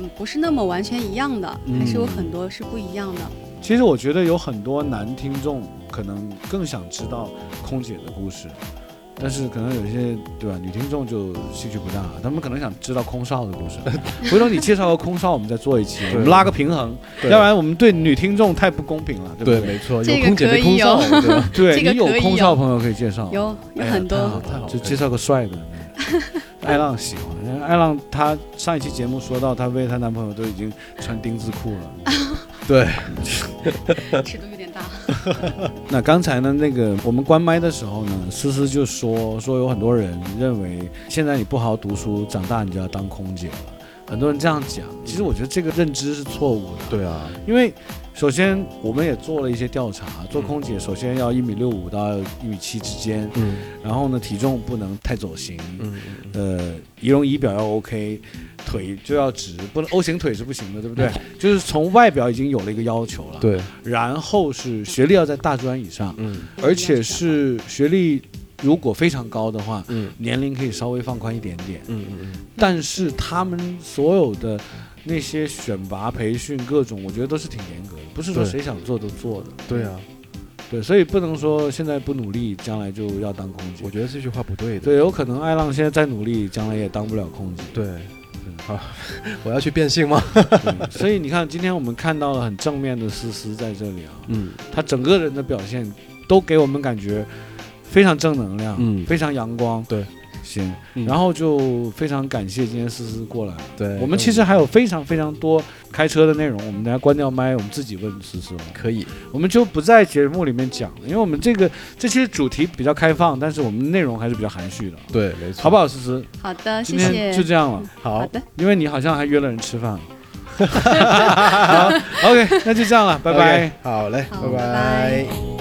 S1: 嗯，不是那么完全一样的，还是有
S2: 嗯
S1: 很多是不一样的。
S2: 其实我觉得有很多男听众可能更想知道空姐的故事，但是可能有一些对吧，女听众就兴趣不大，他们可能想知道空少的故 *laughs* 事。回头你介绍个空少，我们再做一期，
S3: 对
S2: 我们拉个平衡，
S3: 对
S2: 要不然我们对女听众太不公平了，对不
S3: 对，
S2: 对？
S3: 没错，
S1: 这
S3: 有
S1: 个
S3: 空姐
S1: 可
S3: 没
S1: 以哦
S3: 空少，
S1: 有
S3: 对吧
S2: 对
S1: 这个
S2: 你有
S1: 可以
S2: 空
S1: 有
S2: 少朋友可以介绍，
S1: 有有
S3: 哎呀
S1: 很多、
S3: 太好了太好了，
S2: 就介绍个帅的。 *laughs* 艾浪喜欢，艾浪她上一期节目说到，她为她男朋友都已经穿丁字裤了。
S3: *laughs*
S1: *laughs* 尺度有点大。
S2: *laughs* 那刚才呢，那个我们关麦的时候呢，思思就说说有很多人认为现在你不好好读书，长大你就要当空姐了。很多人这样讲，其实我觉得这个认知是错误的。，
S3: 对啊，
S2: 因为首先我们也做了一些调查，做空姐首先要一米六五到一米七之间，
S3: 嗯
S2: 然后呢体重不能太走形，
S3: 嗯
S2: 呃，仪容仪表要 OK，腿就要直，不能 O 型腿是不行的，对不对？就是从外表已经有了一个要求了。，
S3: 嗯
S2: *laughs*
S3: 对，
S2: 然后是学历要在大专以上。
S3: 嗯
S2: 而
S1: *laughs*
S2: 且是学历如果非常高的话，
S3: 嗯
S2: 年龄可以稍微放宽一点点。
S3: 嗯嗯
S2: 但是他们所有的那些选拔、培训各种，我觉得都是挺严格的，不是说
S3: 对
S2: 谁想做都做的。
S3: 嗯，对啊，
S2: 对，所以不能说现在不努力，将来就要当空姐
S3: 我。觉得这句话不对的，
S2: 对，哦有可能艾浪现在再努力，将来也当不了空姐。
S3: 对，好，我要去变性吗？
S2: 对嗯所以你看，今天我们看到了很正面的思思在这里啊，
S3: 嗯
S2: 她整个人的表现都给我们感觉非常正能量，
S3: 嗯
S2: 非常阳光。
S3: 对，
S2: 行，
S3: 嗯
S2: 然后就非常感谢今天思思过来。
S3: *laughs* 对，
S2: 我们其实还有非常非常多开车的内容，我们等下关掉麦，我们自己问思思吧。
S3: 可以，
S2: 我们就不在节目里面讲了，因为我们这个这期主题比较开放，但是我们内容还是比较含蓄的，
S3: 对，没错，
S2: 好不好？思思，
S1: 好的，谢
S2: 今天就
S1: 谢。
S2: 这样了，
S1: 好
S3: 好，
S1: 的，
S2: 因为你好像还约了人吃饭。好，OK，那就这样了，拜拜。
S3: OK，好嘞，
S1: 好
S3: 拜
S1: 拜拜
S3: 拜